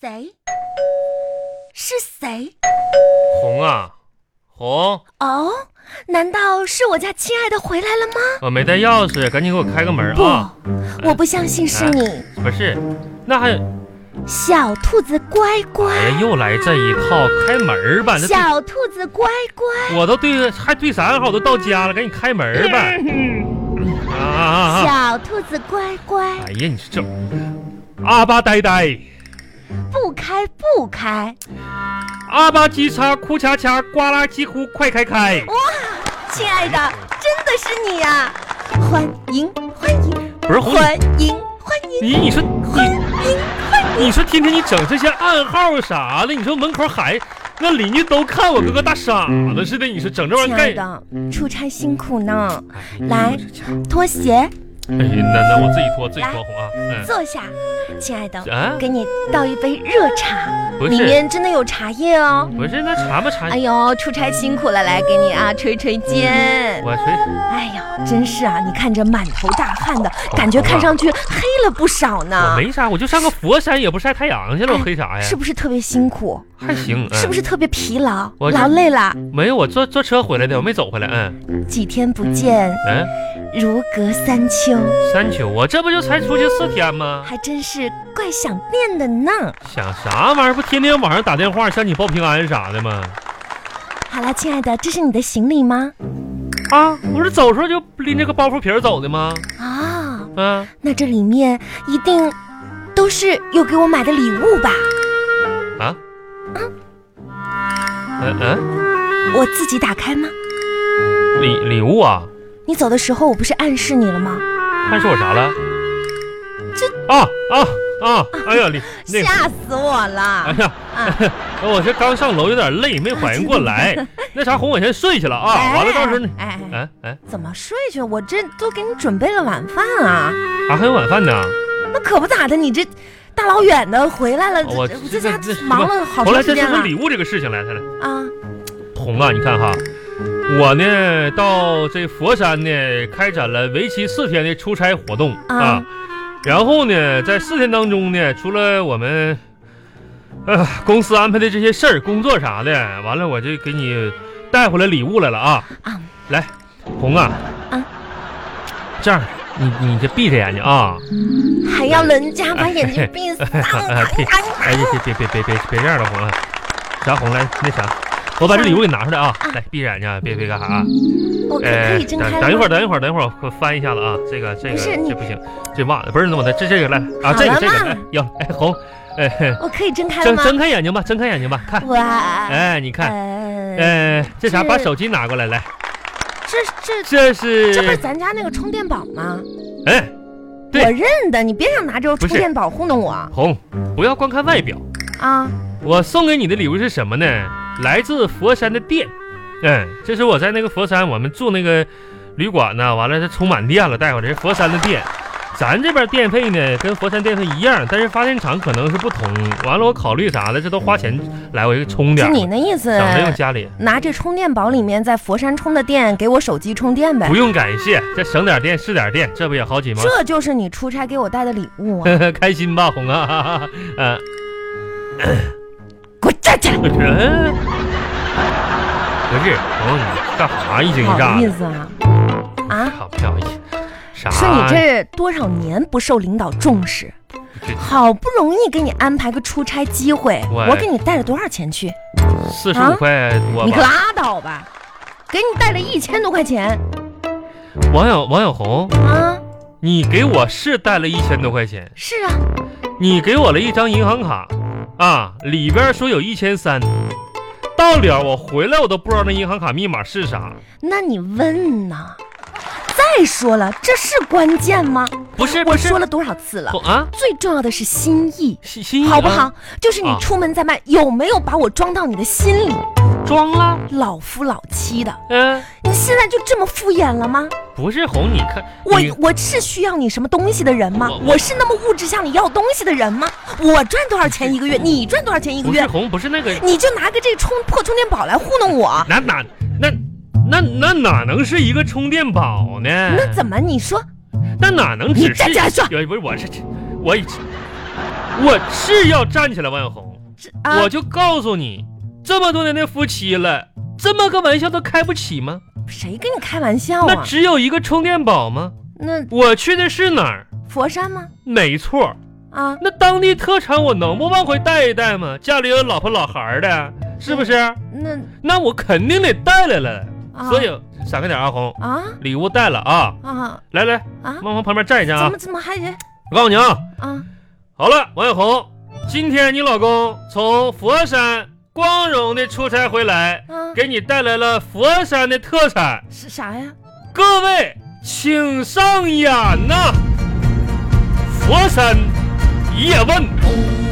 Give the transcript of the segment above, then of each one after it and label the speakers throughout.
Speaker 1: 谁？是谁？
Speaker 2: 红啊，红，
Speaker 1: 哦，难道是我家亲爱的回来了吗？
Speaker 2: 我没带钥匙，赶紧给我开个门啊！
Speaker 1: 不，我不相信是你。
Speaker 2: 不是，那还
Speaker 1: 小兔子乖乖，
Speaker 2: 哎呀，又来这一套，开门吧！这对
Speaker 1: 小兔子乖乖，
Speaker 2: 我都对，还对啥好？我都到家了，赶紧开门吧！ 啊啊啊啊！
Speaker 1: 小兔子乖乖，
Speaker 2: 哎呀，你是这阿巴呆呆，
Speaker 1: 不开不开。
Speaker 2: 阿巴叽叉哭嚓嚓，呱啦叽呼，快开开！
Speaker 1: 亲爱的，真的是你呀、欢迎欢迎
Speaker 2: 不是红，
Speaker 1: 欢迎欢迎
Speaker 2: 你你说
Speaker 1: 欢
Speaker 2: 你
Speaker 1: 迎欢迎！
Speaker 2: 你说天天你整这些暗号啥的，你说门口喊，那邻居都看我跟个大傻子似的。你说整这玩意
Speaker 1: 亲
Speaker 2: 儿
Speaker 1: 爱
Speaker 2: 干？
Speaker 1: 的，出差辛苦呢，来脱鞋
Speaker 2: 哎呀，那那我自己脱自己
Speaker 1: 嗯来
Speaker 2: 脱红啊，嗯
Speaker 1: 坐下。亲爱的，
Speaker 2: 啊，
Speaker 1: 给你倒一杯热茶，
Speaker 2: 不
Speaker 1: 里
Speaker 2: 是
Speaker 1: 面真的有茶叶哦。
Speaker 2: 不是，那查吧查
Speaker 1: 哎，呦，出差辛苦了，来给你啊，捶捶肩。
Speaker 2: 我谁？
Speaker 1: 哎呀，真是啊，你看这满头大汗的感觉，看上去黑了不少
Speaker 2: 我
Speaker 1: 呢。
Speaker 2: 没啥，我就上个佛山也不晒太阳去了，我黑啥呀
Speaker 1: 哎是？不是特别辛苦？
Speaker 2: 还行，嗯
Speaker 1: 是不是特别疲劳？
Speaker 2: 我
Speaker 1: 劳累了？
Speaker 2: 没有，我坐坐车回来的，我没走回来。嗯
Speaker 1: 几天不见，
Speaker 2: 嗯，
Speaker 1: 如隔三秋，
Speaker 2: 三秋，我这不就才出去四天吗？
Speaker 1: 还真是怪想念的呢。
Speaker 2: 想啥玩意儿？不天天晚上打电话向你报平安啥的吗？
Speaker 1: 好了，亲爱的，这是你的行李吗？
Speaker 2: 啊，我是走时候就拎着个包袱皮儿走的吗？
Speaker 1: 啊、
Speaker 2: 嗯，
Speaker 1: 那这里面一定都是有给我买的礼物吧？
Speaker 2: 啊，嗯嗯，
Speaker 1: 我自己打开吗？
Speaker 2: 礼礼物啊，
Speaker 1: 你走的时候我不是暗示你了吗？
Speaker 2: 暗示我啥了？这啊啊啊！哎呀，礼那个，
Speaker 1: 吓死我
Speaker 2: 哎
Speaker 1: 了！
Speaker 2: 呀，
Speaker 1: 啊
Speaker 2: 我这刚上楼有点累，没反应过来。那啥，哄我先睡去了啊，完了到时候呢，
Speaker 1: 哎哎，
Speaker 2: 哎哎，
Speaker 1: 怎么睡去？我这都给你准备了晚饭啊，
Speaker 2: 啊还有晚饭呢，
Speaker 1: 那可不咋的，你这大老远的回来了，
Speaker 2: 我
Speaker 1: 这这
Speaker 2: 这
Speaker 1: 家
Speaker 2: 这这
Speaker 1: 忙了好
Speaker 2: 后
Speaker 1: 长
Speaker 2: 来
Speaker 1: 时
Speaker 2: 再
Speaker 1: 间
Speaker 2: 说
Speaker 1: 了
Speaker 2: 说礼物这个事情来，来来。
Speaker 1: 啊。
Speaker 2: 红啊，你看哈，我呢到这佛山呢开展了为期四天的出差活动
Speaker 1: 啊
Speaker 2: 啊然后呢在四天当中呢，除了我们呃公司安排的这些事儿、工作啥的，完了我就给你带回来礼物来了啊
Speaker 1: 啊
Speaker 2: 来，红啊
Speaker 1: 啊，
Speaker 2: 这样你你这闭着眼睛啊，
Speaker 1: 还要人家把眼睛闭上，
Speaker 2: 哎别哎别别别别别别这样了，红啊，啥红来那啥，我把这礼物给你拿出来啊，来闭着眼睛啊，别别干啥
Speaker 1: 嗯
Speaker 2: 啊。
Speaker 1: 我可可
Speaker 2: 哎，
Speaker 1: 以睁
Speaker 2: 等
Speaker 1: 开
Speaker 2: 等一
Speaker 1: 了
Speaker 2: 会
Speaker 1: 吗？
Speaker 2: 儿，等一会儿，等一会儿，我翻一下子啊，这个这个
Speaker 1: 不是你
Speaker 2: 这不行，这袜子不是那么的，这这个来啊，
Speaker 1: 好
Speaker 2: 这个
Speaker 1: 了
Speaker 2: 这个
Speaker 1: 嘛
Speaker 2: 来，要哎红，哎嘿
Speaker 1: 我可以睁开了
Speaker 2: 睁
Speaker 1: 吗？
Speaker 2: 睁开眼睛吧，睁开眼睛吧，看，
Speaker 1: 我
Speaker 2: 哎你看，
Speaker 1: 呃，
Speaker 2: 哎这啥，
Speaker 1: 这
Speaker 2: 把手机拿过来，来，
Speaker 1: 这这
Speaker 2: 这是
Speaker 1: 这不是咱家那个充电宝吗？
Speaker 2: 哎对
Speaker 1: 我认得，你别想拿这个
Speaker 2: 不
Speaker 1: 充
Speaker 2: 是
Speaker 1: 电宝糊弄我啊！
Speaker 2: 红，不要光看外表，我送给你的礼物是什么呢？来自佛山的电，嗯，这是我在那个佛山，我们住那个旅馆呢，完了它充满电了，带回来是佛山的电。咱这边电费呢，跟佛山电费一样，但是发电厂可能是不同。完了，我考虑啥的，这都花钱来，我就充
Speaker 1: 就
Speaker 2: 点儿，
Speaker 1: 你那意思，
Speaker 2: 省着用家里。
Speaker 1: 拿这充电宝里面在佛山充的电给我手机充电呗
Speaker 2: 不。用感谢，这省点电是点电，这不也好几吗？
Speaker 1: 这就是你出差给我带的礼物啊！
Speaker 2: 开心吧，红啊！ 哈哈哈嗯、
Speaker 1: 给我站起来！
Speaker 2: 呃， 人不是红，你干啥一惊一
Speaker 1: 好
Speaker 2: 乍
Speaker 1: 意
Speaker 2: 的？
Speaker 1: 思啊！啊，
Speaker 2: 好不好意思，啥？
Speaker 1: 说你这多少年不受领导重视，
Speaker 2: 这
Speaker 1: 好不容易给你安排个出差机会，
Speaker 2: 喂
Speaker 1: 我给你带了多少钱去？
Speaker 2: 四十
Speaker 1: 啊
Speaker 2: 五块多
Speaker 1: 你可
Speaker 2: 吧？
Speaker 1: 拉倒吧，给你带了一千多块钱
Speaker 2: 王小王小红，
Speaker 1: 啊！
Speaker 2: 你给我是带了一千多块钱，
Speaker 1: 是啊，
Speaker 2: 你给我了一张银行卡，啊，里边说有一千三，到了我回来我都不知道那银行卡密码是啥。
Speaker 1: 那你问呢？再说了，这是关键吗？
Speaker 2: 不是
Speaker 1: 我
Speaker 2: 不是
Speaker 1: 说了多少次了？
Speaker 2: 红啊，
Speaker 1: 最重要的是心意，
Speaker 2: 心心意
Speaker 1: 好不
Speaker 2: 啊
Speaker 1: 好？就是你
Speaker 2: 啊
Speaker 1: 出门在外，有没有把我装到你的心里？
Speaker 2: 装了，
Speaker 1: 老夫老妻的，
Speaker 2: 嗯、
Speaker 1: 你现在就这么敷衍了吗？
Speaker 2: 不是红，你看
Speaker 1: 我
Speaker 2: 你
Speaker 1: 我是需要你什么东西的人吗
Speaker 2: 我？我
Speaker 1: 我是那么物质向你要东西的人吗？我赚多少钱一个月，你赚多少钱一个
Speaker 2: 不是
Speaker 1: 月，
Speaker 2: 红，不是那个，
Speaker 1: 你就拿个这充破充电宝来糊弄我，
Speaker 2: 哪哪那那那哪能是一个充电宝呢？
Speaker 1: 那怎么你说？
Speaker 2: 那哪能只
Speaker 1: 你
Speaker 2: 是？
Speaker 1: 站起来说
Speaker 2: 哎不是我是我。我是要站起来，万红，
Speaker 1: 啊
Speaker 2: 我就告诉你，这么多年的夫妻了，这么个玩笑都开不起吗？
Speaker 1: 谁跟你开玩笑
Speaker 2: 那
Speaker 1: 啊？
Speaker 2: 只有一个充电宝吗？
Speaker 1: 那
Speaker 2: 我去的是哪儿？
Speaker 1: 佛山吗？
Speaker 2: 没错，
Speaker 1: 啊，
Speaker 2: 那当地特产我能不往回带一带吗？家里有老婆老孩儿的，是不是？
Speaker 1: 那
Speaker 2: 那我肯定得带来了。
Speaker 1: 啊
Speaker 2: 所以闪开点，阿红，
Speaker 1: 啊
Speaker 2: 礼物带了啊！
Speaker 1: 啊
Speaker 2: 来来，
Speaker 1: 啊，
Speaker 2: 往旁边站一站啊
Speaker 1: 怎么！怎么还人
Speaker 2: 我告诉你啊，
Speaker 1: 啊？
Speaker 2: 好了，王小红，今天你老公从佛山光荣的出差回来，
Speaker 1: 啊，
Speaker 2: 给你带来了佛山的特产，
Speaker 1: 是啥呀？
Speaker 2: 各位请上眼呐、佛山叶问，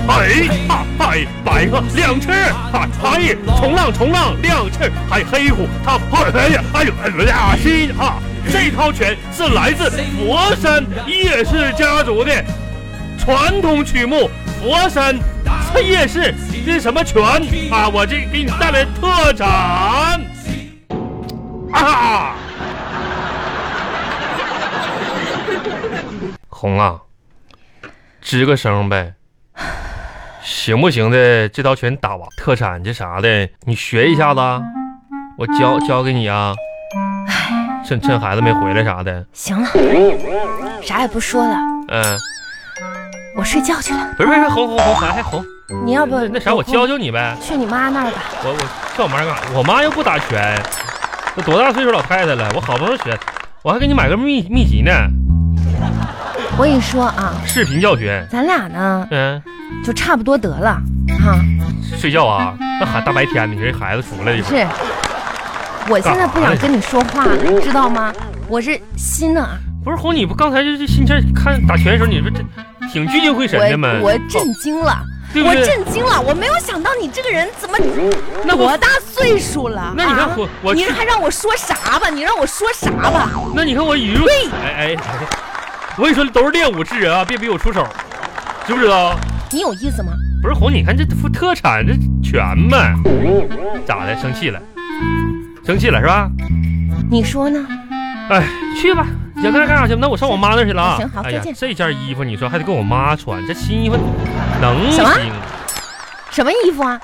Speaker 2: 哎啊哎，摆个两翅，哎哎，冲浪冲浪两翅，还黑虎，他哎呀哎呦哎呀西啊！这套拳是来自佛山叶氏家族的传统曲目，佛山叶氏这什么拳啊？我这给你带来特产啊！红啊，吱个声呗，行不行的？这道拳打完，特产这啥的，你学一下子啊，我教教给你啊。趁趁孩子没回来啥的，
Speaker 1: 行了，啥也不说了，
Speaker 2: 嗯、
Speaker 1: 我睡觉去了。
Speaker 2: 不是不是，红红红还还红，
Speaker 1: 你要不
Speaker 2: 那啥，我教教你呗。
Speaker 1: 去你妈那儿吧。
Speaker 2: 我我上我妈干啥？我妈又不打拳，都多大岁数老太太了，我好不容易学，我还给你买个秘秘籍呢，
Speaker 1: 我跟你说啊，
Speaker 2: 视频教学。
Speaker 1: 咱俩呢
Speaker 2: 嗯，
Speaker 1: 就差不多得了啊。
Speaker 2: 睡觉啊，那孩大白天的，你这孩子出来一会儿
Speaker 1: 是，我现在不想跟你说话
Speaker 2: 哎
Speaker 1: 了，知道吗？我这心啊呢，
Speaker 2: 不是红，你不刚才就是心气儿看打拳的时候，你说这挺聚精会神的吗？
Speaker 1: 我我震惊了，
Speaker 2: 对不
Speaker 1: 我
Speaker 2: 对
Speaker 1: 震惊了，我没有想到你这个人怎么
Speaker 2: 那我
Speaker 1: 多大岁数了？
Speaker 2: 那你看
Speaker 1: 啊
Speaker 2: 我我
Speaker 1: 你
Speaker 2: 去
Speaker 1: 还让我说啥吧？你让我说啥吧？
Speaker 2: 那你看我语入
Speaker 1: 喂
Speaker 2: 哎哎哎，我跟你说都是练武之人啊，别逼我出手，知不知道？
Speaker 1: 你有意思吗？
Speaker 2: 不是红，你看这副特产这拳呗，咋的？生气了？生气了是吧？
Speaker 1: 你说呢？
Speaker 2: 哎，去吧，想干啥干啥去。那我上我妈那儿去了啊。
Speaker 1: 行好
Speaker 2: 哎呀
Speaker 1: 再见
Speaker 2: 这件衣服你说还得给我妈穿，这新衣服能
Speaker 1: 什
Speaker 2: 行
Speaker 1: 么什么衣服啊？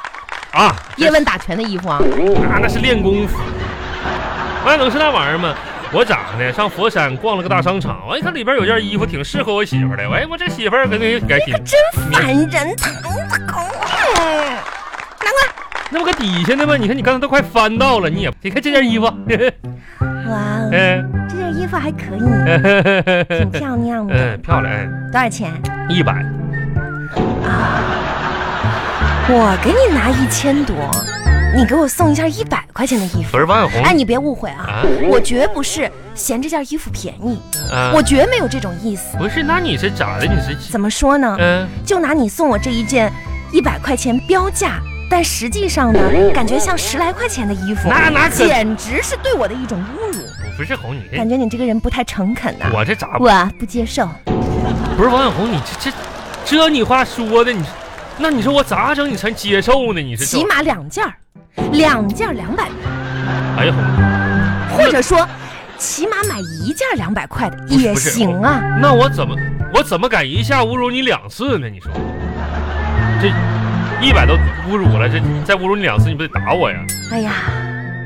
Speaker 2: 啊？
Speaker 1: 叶问打拳的衣服啊？
Speaker 2: 那那是练功夫，那能是那玩意儿吗？我咋呢？上佛山逛了个大商场，哎完一看里边有件衣服挺适合我媳妇儿的，哎，我这媳妇儿肯定也该心。
Speaker 1: 哎烦人，疼疼。嗯
Speaker 2: 那不搁底下呢吗？你看你刚才都快翻到了，你也你看这件衣服，
Speaker 1: 哇哦，
Speaker 2: 嗯、
Speaker 1: 这件衣服还可以，挺漂亮的。
Speaker 2: 嗯，漂亮，哎
Speaker 1: 多少钱？
Speaker 2: 一百，
Speaker 1: 我给你拿一千多，你给我送一件一百块钱的衣服
Speaker 2: 不。是万红
Speaker 1: 哎，你别误会啊
Speaker 2: 啊，
Speaker 1: 我绝不是嫌这件衣服便宜，
Speaker 2: 啊
Speaker 1: 我绝没有这种意思。
Speaker 2: 不是，那你是咋的？你是
Speaker 1: 怎么说呢？
Speaker 2: 嗯、
Speaker 1: 就拿你送我这一件一百块钱标价，但实际上呢，感觉像十来块钱的衣服，
Speaker 2: 哎那那可哎
Speaker 1: 简直是对我的一种侮辱。
Speaker 2: 不是红你这
Speaker 1: 感觉你这个人不太诚恳呐、
Speaker 2: 我这咋
Speaker 1: 哎我不接受。
Speaker 2: 不是王小红？你这这这你话说的，你那你说我咋整你才接受呢？你是这
Speaker 1: 起码两件儿，两件两百，
Speaker 2: 哎呀红，
Speaker 1: 或者说起码买一件两百块的
Speaker 2: 不是
Speaker 1: 也
Speaker 2: 不是
Speaker 1: 行啊。
Speaker 2: 那我怎么我怎么敢一下侮辱你两次呢？你说这一百都侮辱了，这再侮辱你两次，你不得打我呀？
Speaker 1: 哎呀，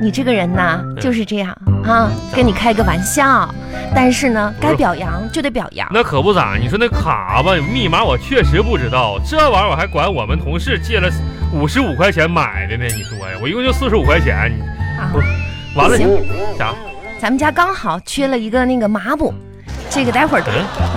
Speaker 1: 你这个人呐就是这样啊，跟你开个玩笑，但是呢，该表扬就得表扬。
Speaker 2: 那可不咋，你说那卡吧，密码我确实不知道，这玩意儿我还管我们同事借了五十五块钱买的呢。你说呀，我一共就四十五块钱，你
Speaker 1: 啊
Speaker 2: 不，完了
Speaker 1: 行
Speaker 2: 啥？
Speaker 1: 咱们家刚好缺了一个那个抹布，这个待会儿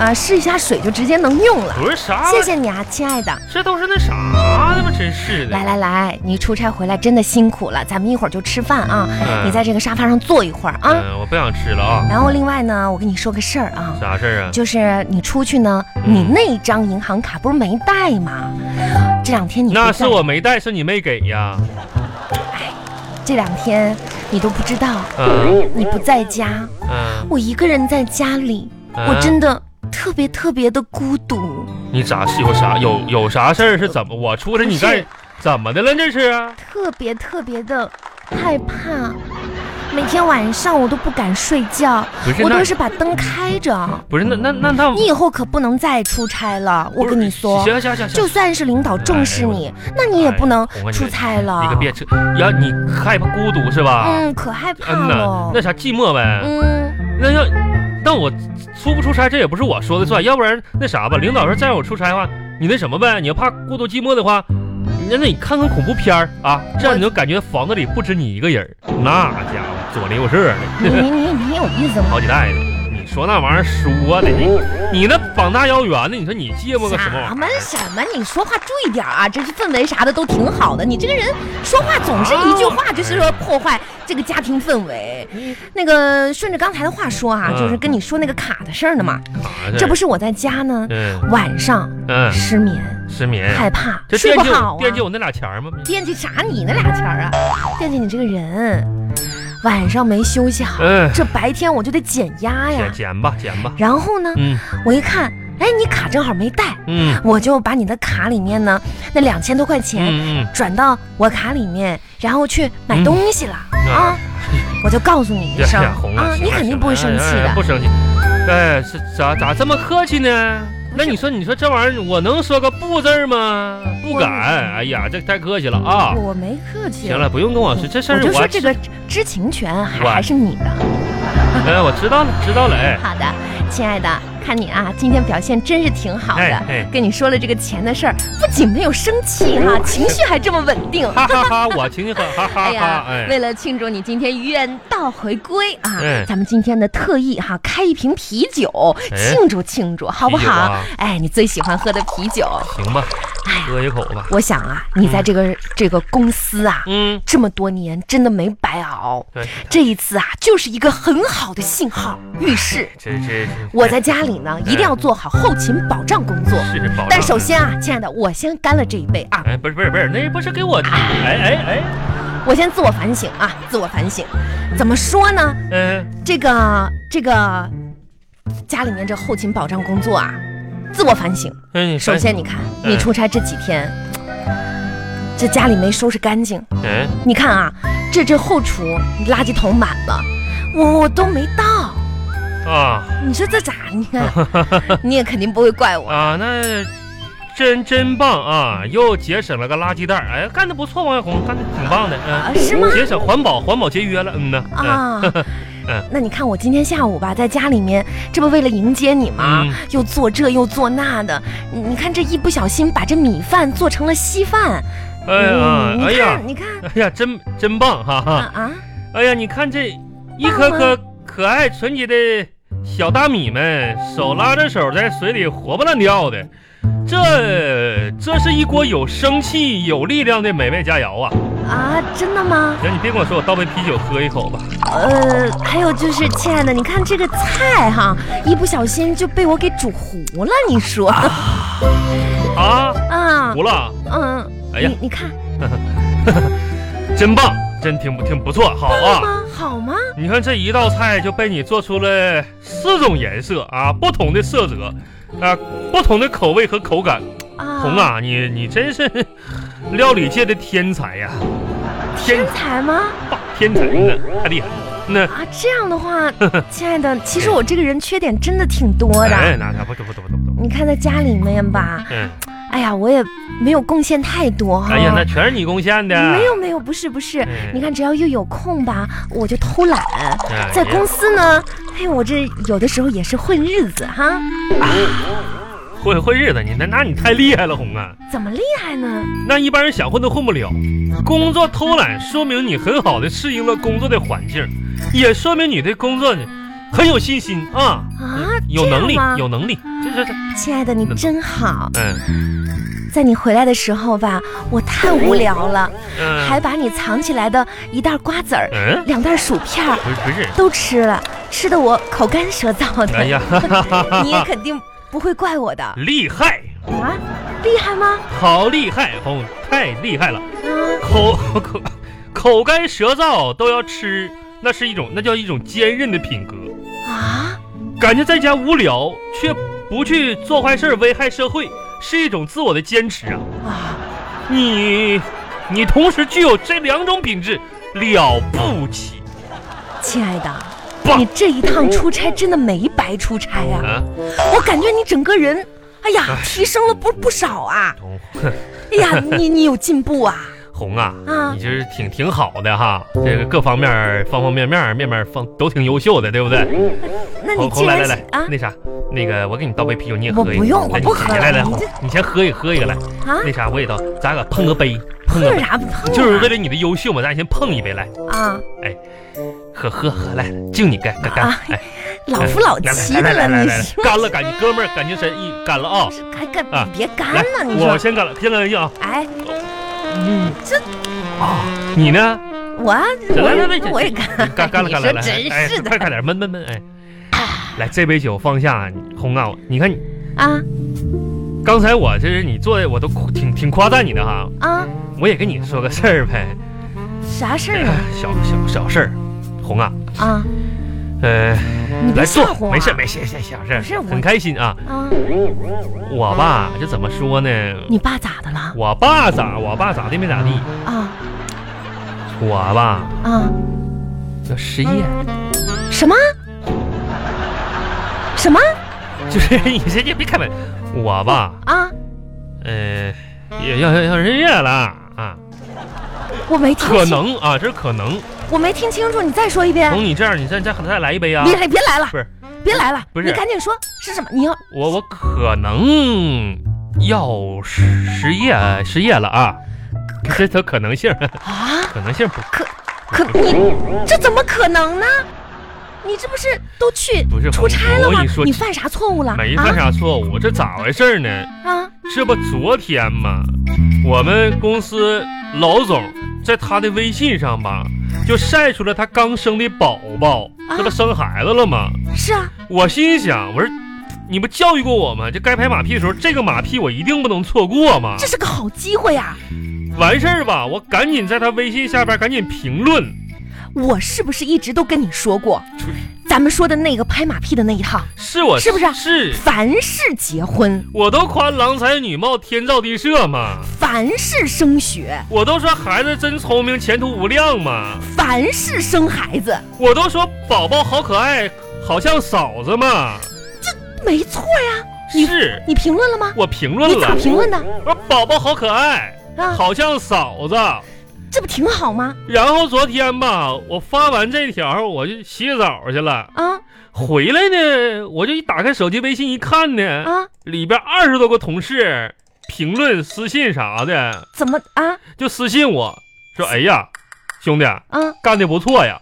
Speaker 2: 嗯，
Speaker 1: 啊试一下水就直接能用了。
Speaker 2: 不是啥，
Speaker 1: 谢，谢你啊，亲爱的。
Speaker 2: 这都是那啥的吗？真是的
Speaker 1: 来。来来，你出差回来真的辛苦了，咱们一会儿就吃饭啊。
Speaker 2: 嗯
Speaker 1: 你在这个沙发上坐一会儿啊。
Speaker 2: 嗯，我不想吃了啊，
Speaker 1: 然后另外呢，我跟你说个事儿啊，
Speaker 2: 啥事儿啊？
Speaker 1: 就是你出去呢，
Speaker 2: 嗯
Speaker 1: 你那张银行卡不是没带吗？这两天你不
Speaker 2: 那
Speaker 1: 在
Speaker 2: 是我没带，是你没给呀？
Speaker 1: 这两天你都不知道，
Speaker 2: 嗯
Speaker 1: 你不在家，
Speaker 2: 嗯，
Speaker 1: 我一个人在家里，
Speaker 2: 嗯
Speaker 1: 我真的特别特别的孤独，
Speaker 2: 你咋是有啥有有啥事儿是怎么？我出来你
Speaker 1: 不是
Speaker 2: 干怎么的了？这是啊？
Speaker 1: 特别特别的害怕。每天晚上我都不敢睡觉，
Speaker 2: 不是
Speaker 1: 我
Speaker 2: 那
Speaker 1: 都是把灯开着。
Speaker 2: 不是那那那那
Speaker 1: 你以后可不能再出差了，我跟
Speaker 2: 不是
Speaker 1: 你说，
Speaker 2: 行行行行
Speaker 1: 就算是领导重视你，那你也不能
Speaker 2: 哎我跟你说
Speaker 1: 出差
Speaker 2: 你
Speaker 1: 了
Speaker 2: 可。别扯，要你害怕孤独是吧？
Speaker 1: 嗯，可害怕
Speaker 2: 啊嗯呐
Speaker 1: 了，。
Speaker 2: 那啥寂寞呗。
Speaker 1: 嗯，
Speaker 2: 那要，那我出不出差这也不是我说的算，要不然那啥吧，领导说再让我出差的话，你那什么呗，你要怕孤独寂寞的话，那那你看看恐怖片儿啊，这样你就感觉房子里不止你一个人儿，那家伙左邻右舍的，
Speaker 1: 你你你你有意思吗？
Speaker 2: 好几代的，嗯你说那玩意儿说的，你你那膀大腰圆的，你说你芥末个什么玩意
Speaker 1: 什
Speaker 2: 儿？
Speaker 1: 么什么？你说话注意点啊！这是氛围啥的都挺好的，你这个人说话总是一
Speaker 2: 啊
Speaker 1: 句话，就是说破坏这个家庭氛围。那个顺着刚才的话说啊，
Speaker 2: 嗯
Speaker 1: 就是跟你说那个卡的事儿呢嘛。
Speaker 2: 啥
Speaker 1: 这不
Speaker 2: 是？
Speaker 1: 是我在家呢，
Speaker 2: 啊嗯
Speaker 1: 晚上
Speaker 2: 嗯，
Speaker 1: 失眠，
Speaker 2: 失眠，
Speaker 1: 害怕，
Speaker 2: 这
Speaker 1: 睡
Speaker 2: 惦
Speaker 1: 不
Speaker 2: 记
Speaker 1: 好
Speaker 2: 我
Speaker 1: 啊。
Speaker 2: 惦记我那俩钱儿吗？
Speaker 1: 惦记啥你那俩钱儿啊？惦记你这个人，晚上没休息好，
Speaker 2: 嗯，
Speaker 1: 这白天我就得减压呀
Speaker 2: 捡。捡吧捡吧，
Speaker 1: 然后呢，
Speaker 2: 嗯
Speaker 1: 我一看，哎，你卡正好没带。
Speaker 2: 嗯
Speaker 1: 我就把你的卡里面呢那两千多块 钱
Speaker 2: 嗯
Speaker 1: 转到我卡里面，然后去买东西了、
Speaker 2: 嗯
Speaker 1: 啊！我就告诉你一
Speaker 2: 呀
Speaker 1: 声
Speaker 2: 呀红了
Speaker 1: 啊，
Speaker 2: 行
Speaker 1: 你
Speaker 2: 了
Speaker 1: 肯定
Speaker 2: 行
Speaker 1: 不会
Speaker 2: 了
Speaker 1: 生气
Speaker 2: 哎哎哎
Speaker 1: 的
Speaker 2: 不。生气。哎，是咋咋这么客气呢？那你说，你说这玩意儿，我能说个不字儿吗？不
Speaker 1: 我
Speaker 2: 敢。哎呀，这太客气了啊！
Speaker 1: 我没客气。
Speaker 2: 行了，不用跟我说这事
Speaker 1: 我
Speaker 2: 儿，
Speaker 1: 就说
Speaker 2: 我
Speaker 1: 这个知情权还
Speaker 2: 我
Speaker 1: 还是你的。
Speaker 2: 哎，我知道了，知道了。哎，
Speaker 1: 好的，亲爱的，看你啊，今天表现真是挺好
Speaker 2: 哎
Speaker 1: 的
Speaker 2: 哎。哦
Speaker 1: 跟你说了这个钱的事儿，不仅没有生气哈，情绪还这么稳定。
Speaker 2: 哈哈哈，我请你喝，哈哈
Speaker 1: 哎
Speaker 2: 哈
Speaker 1: 呀。，
Speaker 2: 哎，
Speaker 1: 为了庆祝你今天远道回归啊，
Speaker 2: 嗯
Speaker 1: 咱们今天呢特意哈、开一瓶啤酒
Speaker 2: 哎
Speaker 1: 庆祝庆祝，好不
Speaker 2: 啤酒
Speaker 1: 好？
Speaker 2: 啊
Speaker 1: 哎，你最喜欢喝的啤酒，
Speaker 2: 行吧，
Speaker 1: 哎呀，
Speaker 2: 喝一口吧。
Speaker 1: 我想啊，你在这个、这个公司啊。
Speaker 2: 嗯，
Speaker 1: 这么多年真的没白熬，
Speaker 2: 对，
Speaker 1: 这一次啊，就是一个很好的信号预示。
Speaker 2: 这这这
Speaker 1: 我在家里呢，一定要做好后勤保障工作。
Speaker 2: 哎是保障。
Speaker 1: 但首，先啊，亲爱的，我先干了这一杯啊，
Speaker 2: 哎，不是不是不是，那不是给我，哎哎哎，
Speaker 1: 我先自我反省啊，自我反省。怎么说呢？
Speaker 2: 嗯，
Speaker 1: 这个这个家里面这后勤保障工作啊，自我反省。
Speaker 2: 哎，你
Speaker 1: 首，先，你看
Speaker 2: 嗯
Speaker 1: 你出差这几天，这家里没收拾干净。
Speaker 2: 哎，
Speaker 1: 你看啊，这这后厨垃圾桶满了，我我都没倒。
Speaker 2: 啊。
Speaker 1: 你说这咋？你 看，你也肯定不会怪我。
Speaker 2: 啊，那真真棒啊！又节省了个垃圾袋儿，哎，干得不错，王小红，干得挺棒的，嗯、
Speaker 1: 啊是吗
Speaker 2: 节省环保，环保节约了，嗯呐，嗯
Speaker 1: 啊
Speaker 2: 嗯，
Speaker 1: 那你看我今天下午吧，在家里面，这不为了迎接你吗？
Speaker 2: 嗯
Speaker 1: 又做这又做那的，你你看这一不小心把这米饭做成了稀饭。
Speaker 2: 哎呀
Speaker 1: 嗯，
Speaker 2: 哎
Speaker 1: 你
Speaker 2: 呀
Speaker 1: 看，，你看
Speaker 2: 哎呀，真真棒，哈
Speaker 1: 啊
Speaker 2: 哈！
Speaker 1: 啊，
Speaker 2: 哎呀，你看这一颗颗可爱纯洁的小大米们，手拉着手在水里活蹦乱跳的，这这是一锅有生气、有力量的美味佳肴啊！
Speaker 1: 啊，真的吗？
Speaker 2: 行，你别跟我说，我倒杯啤酒喝一口吧。
Speaker 1: 呃，还有就是，亲爱的，你看这个菜哈，一不小心就被我给煮糊了，你说
Speaker 2: 啊，
Speaker 1: 啊
Speaker 2: 服，了，
Speaker 1: 嗯，
Speaker 2: 哎呀
Speaker 1: 你。你看
Speaker 2: 真棒，真挺不挺不错，好
Speaker 1: 棒
Speaker 2: 啊！
Speaker 1: 吗？好吗？
Speaker 2: 你看这一道菜就被你做出了四种颜色啊，不同的色泽，啊，不同的口味和口感。
Speaker 1: 啊，
Speaker 2: 红，啊，你你真是 料理界的天才呀、天
Speaker 1: 天才吗？
Speaker 2: 天才呢，太厉害了！那
Speaker 1: 啊，这样的 话，亲爱的，其实我这个人缺点真的挺多的。
Speaker 2: 哎，那那不不不不不不，
Speaker 1: 你看在家里面吧，
Speaker 2: 嗯，
Speaker 1: 哎呀，我也没有贡献太多哈。
Speaker 2: 哎呀，那全是你贡献的。啊
Speaker 1: 没有没有，不是不是
Speaker 2: 哎，
Speaker 1: 你看只要又有空吧，我就偷懒。
Speaker 2: 哎，
Speaker 1: 在公司呢，嘿，我这有的时候也是混日子哈。
Speaker 2: 混混日子，你那那你太厉害了，红啊！
Speaker 1: 怎么厉害呢？
Speaker 2: 那一般人想混都混不了。
Speaker 1: 嗯
Speaker 2: 工作偷懒，说明你很好的适应了工作的环境，也说明你对工作呢很有信心啊，
Speaker 1: 啊，
Speaker 2: 有能力
Speaker 1: 这样吗，
Speaker 2: 有能力。这这这，
Speaker 1: 亲爱的，你真好，
Speaker 2: 嗯
Speaker 1: 在你回来的时候吧，我太无聊了，还
Speaker 2: 嗯
Speaker 1: 把你藏起来的一袋瓜子儿、
Speaker 2: 嗯，
Speaker 1: 两袋薯片儿
Speaker 2: 不是不是，
Speaker 1: 都吃了，吃的我口干舌燥的。
Speaker 2: 哎呀，哈哈哈 哈
Speaker 1: 你也肯定不会怪我的
Speaker 2: 厉害，
Speaker 1: 啊，厉害吗？
Speaker 2: 好厉害，红太厉害了，
Speaker 1: 啊，
Speaker 2: 口 口口干舌燥都要吃，那是一种那叫一种坚韧的品格。
Speaker 1: 啊，
Speaker 2: 感觉在家无聊却不去做坏事儿危害社会，是一种自我的坚持啊。
Speaker 1: 啊，
Speaker 2: 你，你同时具有这两种品质，了不起！
Speaker 1: 亲爱的，
Speaker 2: 棒
Speaker 1: 你这一趟出差真的没白出差啊！
Speaker 2: 啊，
Speaker 1: 我感觉你整个人，哎呀
Speaker 2: 哎，
Speaker 1: 提升了不不少啊！
Speaker 2: 红
Speaker 1: 哎呀，你你有进步啊！
Speaker 2: 红啊，
Speaker 1: 啊
Speaker 2: 你就是挺挺好的哈，这个各方面儿方方面面儿面面儿方都挺优秀的，对不对？
Speaker 1: 那你
Speaker 2: 红
Speaker 1: 既
Speaker 2: 红来来
Speaker 1: 然
Speaker 2: 来，
Speaker 1: 啊
Speaker 2: 那啥，那个我给你倒杯啤酒，你也
Speaker 1: 我
Speaker 2: 喝一个。
Speaker 1: 不用我
Speaker 2: 来你
Speaker 1: 不喝
Speaker 2: 你来来，
Speaker 1: 了
Speaker 2: 红
Speaker 1: 你这
Speaker 2: 你先喝一个，喝一个来。
Speaker 1: 啊，
Speaker 2: 那啥，我也倒，咱俩碰个杯，碰个
Speaker 1: 碰
Speaker 2: 杯，
Speaker 1: 啥碰啊？
Speaker 2: 就是为了你的优秀嘛，咱先碰一杯来，
Speaker 1: 啊，
Speaker 2: 喝喝喝，来，敬你干干干，
Speaker 1: 啊
Speaker 2: 哎，
Speaker 1: 老夫老
Speaker 2: 来
Speaker 1: 妻
Speaker 2: 来
Speaker 1: 的
Speaker 2: 来来
Speaker 1: 了，
Speaker 2: 来
Speaker 1: 你
Speaker 2: 来，
Speaker 1: 是
Speaker 2: 干了，感情哥们儿，感情深意，干了啊！
Speaker 1: 还干
Speaker 2: 啊
Speaker 1: 你别干
Speaker 2: 来
Speaker 1: 了，你
Speaker 2: 我
Speaker 1: 说，
Speaker 2: 先干了，先干了一啊！
Speaker 1: 哎，
Speaker 2: 嗯，
Speaker 1: 这
Speaker 2: 啊，你呢？
Speaker 1: 我
Speaker 2: 来来来，
Speaker 1: 我
Speaker 2: 这
Speaker 1: 我也
Speaker 2: 这
Speaker 1: 干，
Speaker 2: 干干了，干了，
Speaker 1: 你
Speaker 2: 来，
Speaker 1: 说真
Speaker 2: 哎
Speaker 1: 是，的
Speaker 2: 快快点，闷闷闷，哎，来这杯酒放下，你红啊，你看你
Speaker 1: 啊
Speaker 2: 刚才我这是你做的，我都夸挺挺夸赞你的哈，
Speaker 1: 啊，
Speaker 2: 我也跟你说个事儿呗，
Speaker 1: 啥事儿
Speaker 2: 哎小小小事儿，红啊，
Speaker 1: 啊？啊，
Speaker 2: 呃，
Speaker 1: 你别
Speaker 2: 来
Speaker 1: 吓
Speaker 2: 坐
Speaker 1: 唬我，
Speaker 2: 没事没事，小事儿
Speaker 1: 不是我
Speaker 2: 很开心啊。
Speaker 1: 啊，
Speaker 2: 我吧，这怎么说呢？
Speaker 1: 你爸咋的了？
Speaker 2: 我爸咋，我爸咋的没咋地，
Speaker 1: 啊
Speaker 2: 我吧
Speaker 1: 啊，
Speaker 2: 要失业，
Speaker 1: 什么？什么
Speaker 2: 就是 你这也别开门，我吧，
Speaker 1: 啊？
Speaker 2: 呃，也要要要失业了啊，
Speaker 1: 我没听
Speaker 2: 可
Speaker 1: 清，
Speaker 2: 能啊，这是可能。
Speaker 1: 我没听清楚，你再说一遍。
Speaker 2: 从你这样，你再再再来一杯啊
Speaker 1: 别！来，别来了，
Speaker 2: 不是，
Speaker 1: 别来了，
Speaker 2: 不是
Speaker 1: 你赶紧说是什么？你要
Speaker 2: 我我可能要失失业失业了啊，这都可能性，
Speaker 1: 啊？
Speaker 2: 可能性不
Speaker 1: 可你这怎么可能呢？你这不是都去
Speaker 2: 不是
Speaker 1: 出差了
Speaker 2: 我
Speaker 1: 吗
Speaker 2: 跟你？说
Speaker 1: 你犯啥错误了？
Speaker 2: 没犯啥错误，这咋回事呢？
Speaker 1: 啊啊
Speaker 2: 这不昨天吗？我们公司老总在他的微信上吧，就晒出了他刚生的宝宝，
Speaker 1: 啊
Speaker 2: 这不生孩子了吗？
Speaker 1: 是啊
Speaker 2: 我心想，我说你不教育过我吗？这该拍马屁的时候，这个马屁我一定不能错过嘛
Speaker 1: 这。是个好机会啊呀、
Speaker 2: 完事儿吧，我赶紧在他微信下边赶紧评论，
Speaker 1: 我是不是一直都跟你说过
Speaker 2: 出，
Speaker 1: 咱们说的那个拍马屁的那一套，
Speaker 2: 是我
Speaker 1: 是不啊是
Speaker 2: 是，
Speaker 1: 凡是结婚，
Speaker 2: 我都夸郎才女貌，天造地设嘛，
Speaker 1: 凡是升学，
Speaker 2: 我都说孩子真聪明，前途无量嘛。
Speaker 1: 凡是生孩子，
Speaker 2: 我都说宝宝好可爱，好像嫂子嘛。
Speaker 1: 没错呀。你
Speaker 2: 是
Speaker 1: 你评论了吗？
Speaker 2: 我评论
Speaker 1: 你咋
Speaker 2: 了，
Speaker 1: 评论的
Speaker 2: 我说宝宝好可爱，
Speaker 1: 啊？
Speaker 2: 好像嫂子。
Speaker 1: 这不挺好吗？
Speaker 2: 然后昨天吧，我发完这条，我就洗澡去了。
Speaker 1: 啊
Speaker 2: 回来呢，我就一打开手机微信一看呢，
Speaker 1: 啊，
Speaker 2: 里边二十多个同事评论、私信啥的，
Speaker 1: 怎么啊
Speaker 2: 就私信我说：“哎呀，兄弟
Speaker 1: 啊？
Speaker 2: 干的不错呀，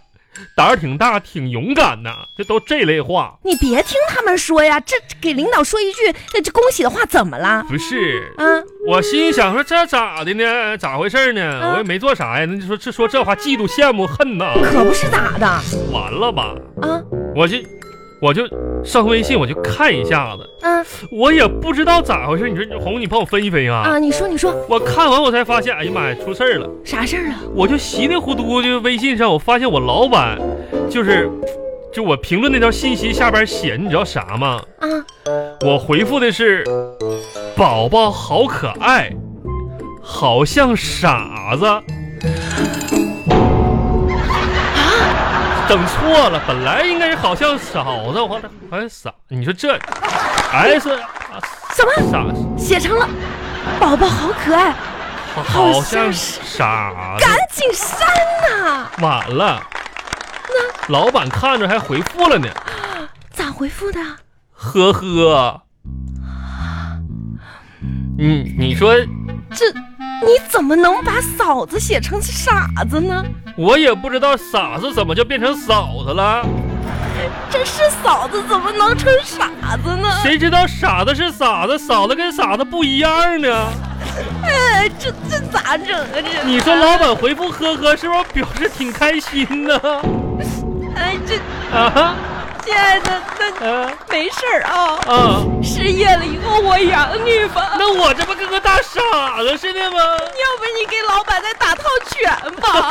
Speaker 2: 胆儿挺大，挺勇敢呐。”就都这类话。
Speaker 1: 你别听他们说呀，这这给领导说一句那这恭喜的话怎么了？
Speaker 2: 不是，
Speaker 1: 啊，
Speaker 2: 我心想说这咋的呢？咋回事
Speaker 1: 啊
Speaker 2: 呢？我也没做啥呀。那就说这说这话，嫉妒、羡慕、恨呐，
Speaker 1: 可不是咋的啊
Speaker 2: 完了吧？
Speaker 1: 啊
Speaker 2: 我就我就上微信，我就看一下子，
Speaker 1: 啊
Speaker 2: 我也不知道咋回事。你说你红，你帮我分析分析啊。
Speaker 1: 啊！你说你说
Speaker 2: 我看完我才发现，哎呀妈呀，出事儿了！
Speaker 1: 啥事儿啊了？
Speaker 2: 我就稀里糊涂就微信上，我发现我老板就是。就我评论那条信息下边写，你知道啥吗？
Speaker 1: 啊，
Speaker 2: 我回复的是：“宝宝好可爱，好像傻子。”啊整错了，本来应该是好像嫂子，我好像傻。你说这 S 啊
Speaker 1: 怎么
Speaker 2: 傻，
Speaker 1: 写成了？宝宝好可爱，
Speaker 2: 好像
Speaker 1: 像是
Speaker 2: 傻子
Speaker 1: 赶，紧删呐、
Speaker 2: 晚了。老板看着还回复了呢，
Speaker 1: 咋回复的？
Speaker 2: 呵呵。你你说
Speaker 1: 这你怎么能把嫂子写成傻子呢？
Speaker 2: 我也不知道傻子怎么就变成嫂子了，
Speaker 1: 这是嫂子怎么能成傻子呢？
Speaker 2: 谁知道傻子是傻子，嫂子跟傻子不一样呢？
Speaker 1: 哎，这这咋整啊？这
Speaker 2: 你说老板回复呵呵，是不是表示挺开心呢？
Speaker 1: 哎，这
Speaker 2: 啊哈
Speaker 1: 亲爱的，那
Speaker 2: 啊
Speaker 1: 没事儿啊，
Speaker 2: 啊！
Speaker 1: 失业了以后我养你吧。
Speaker 2: 那我这不跟个大傻子似的吗？
Speaker 1: 要不你给老板再打套拳吧。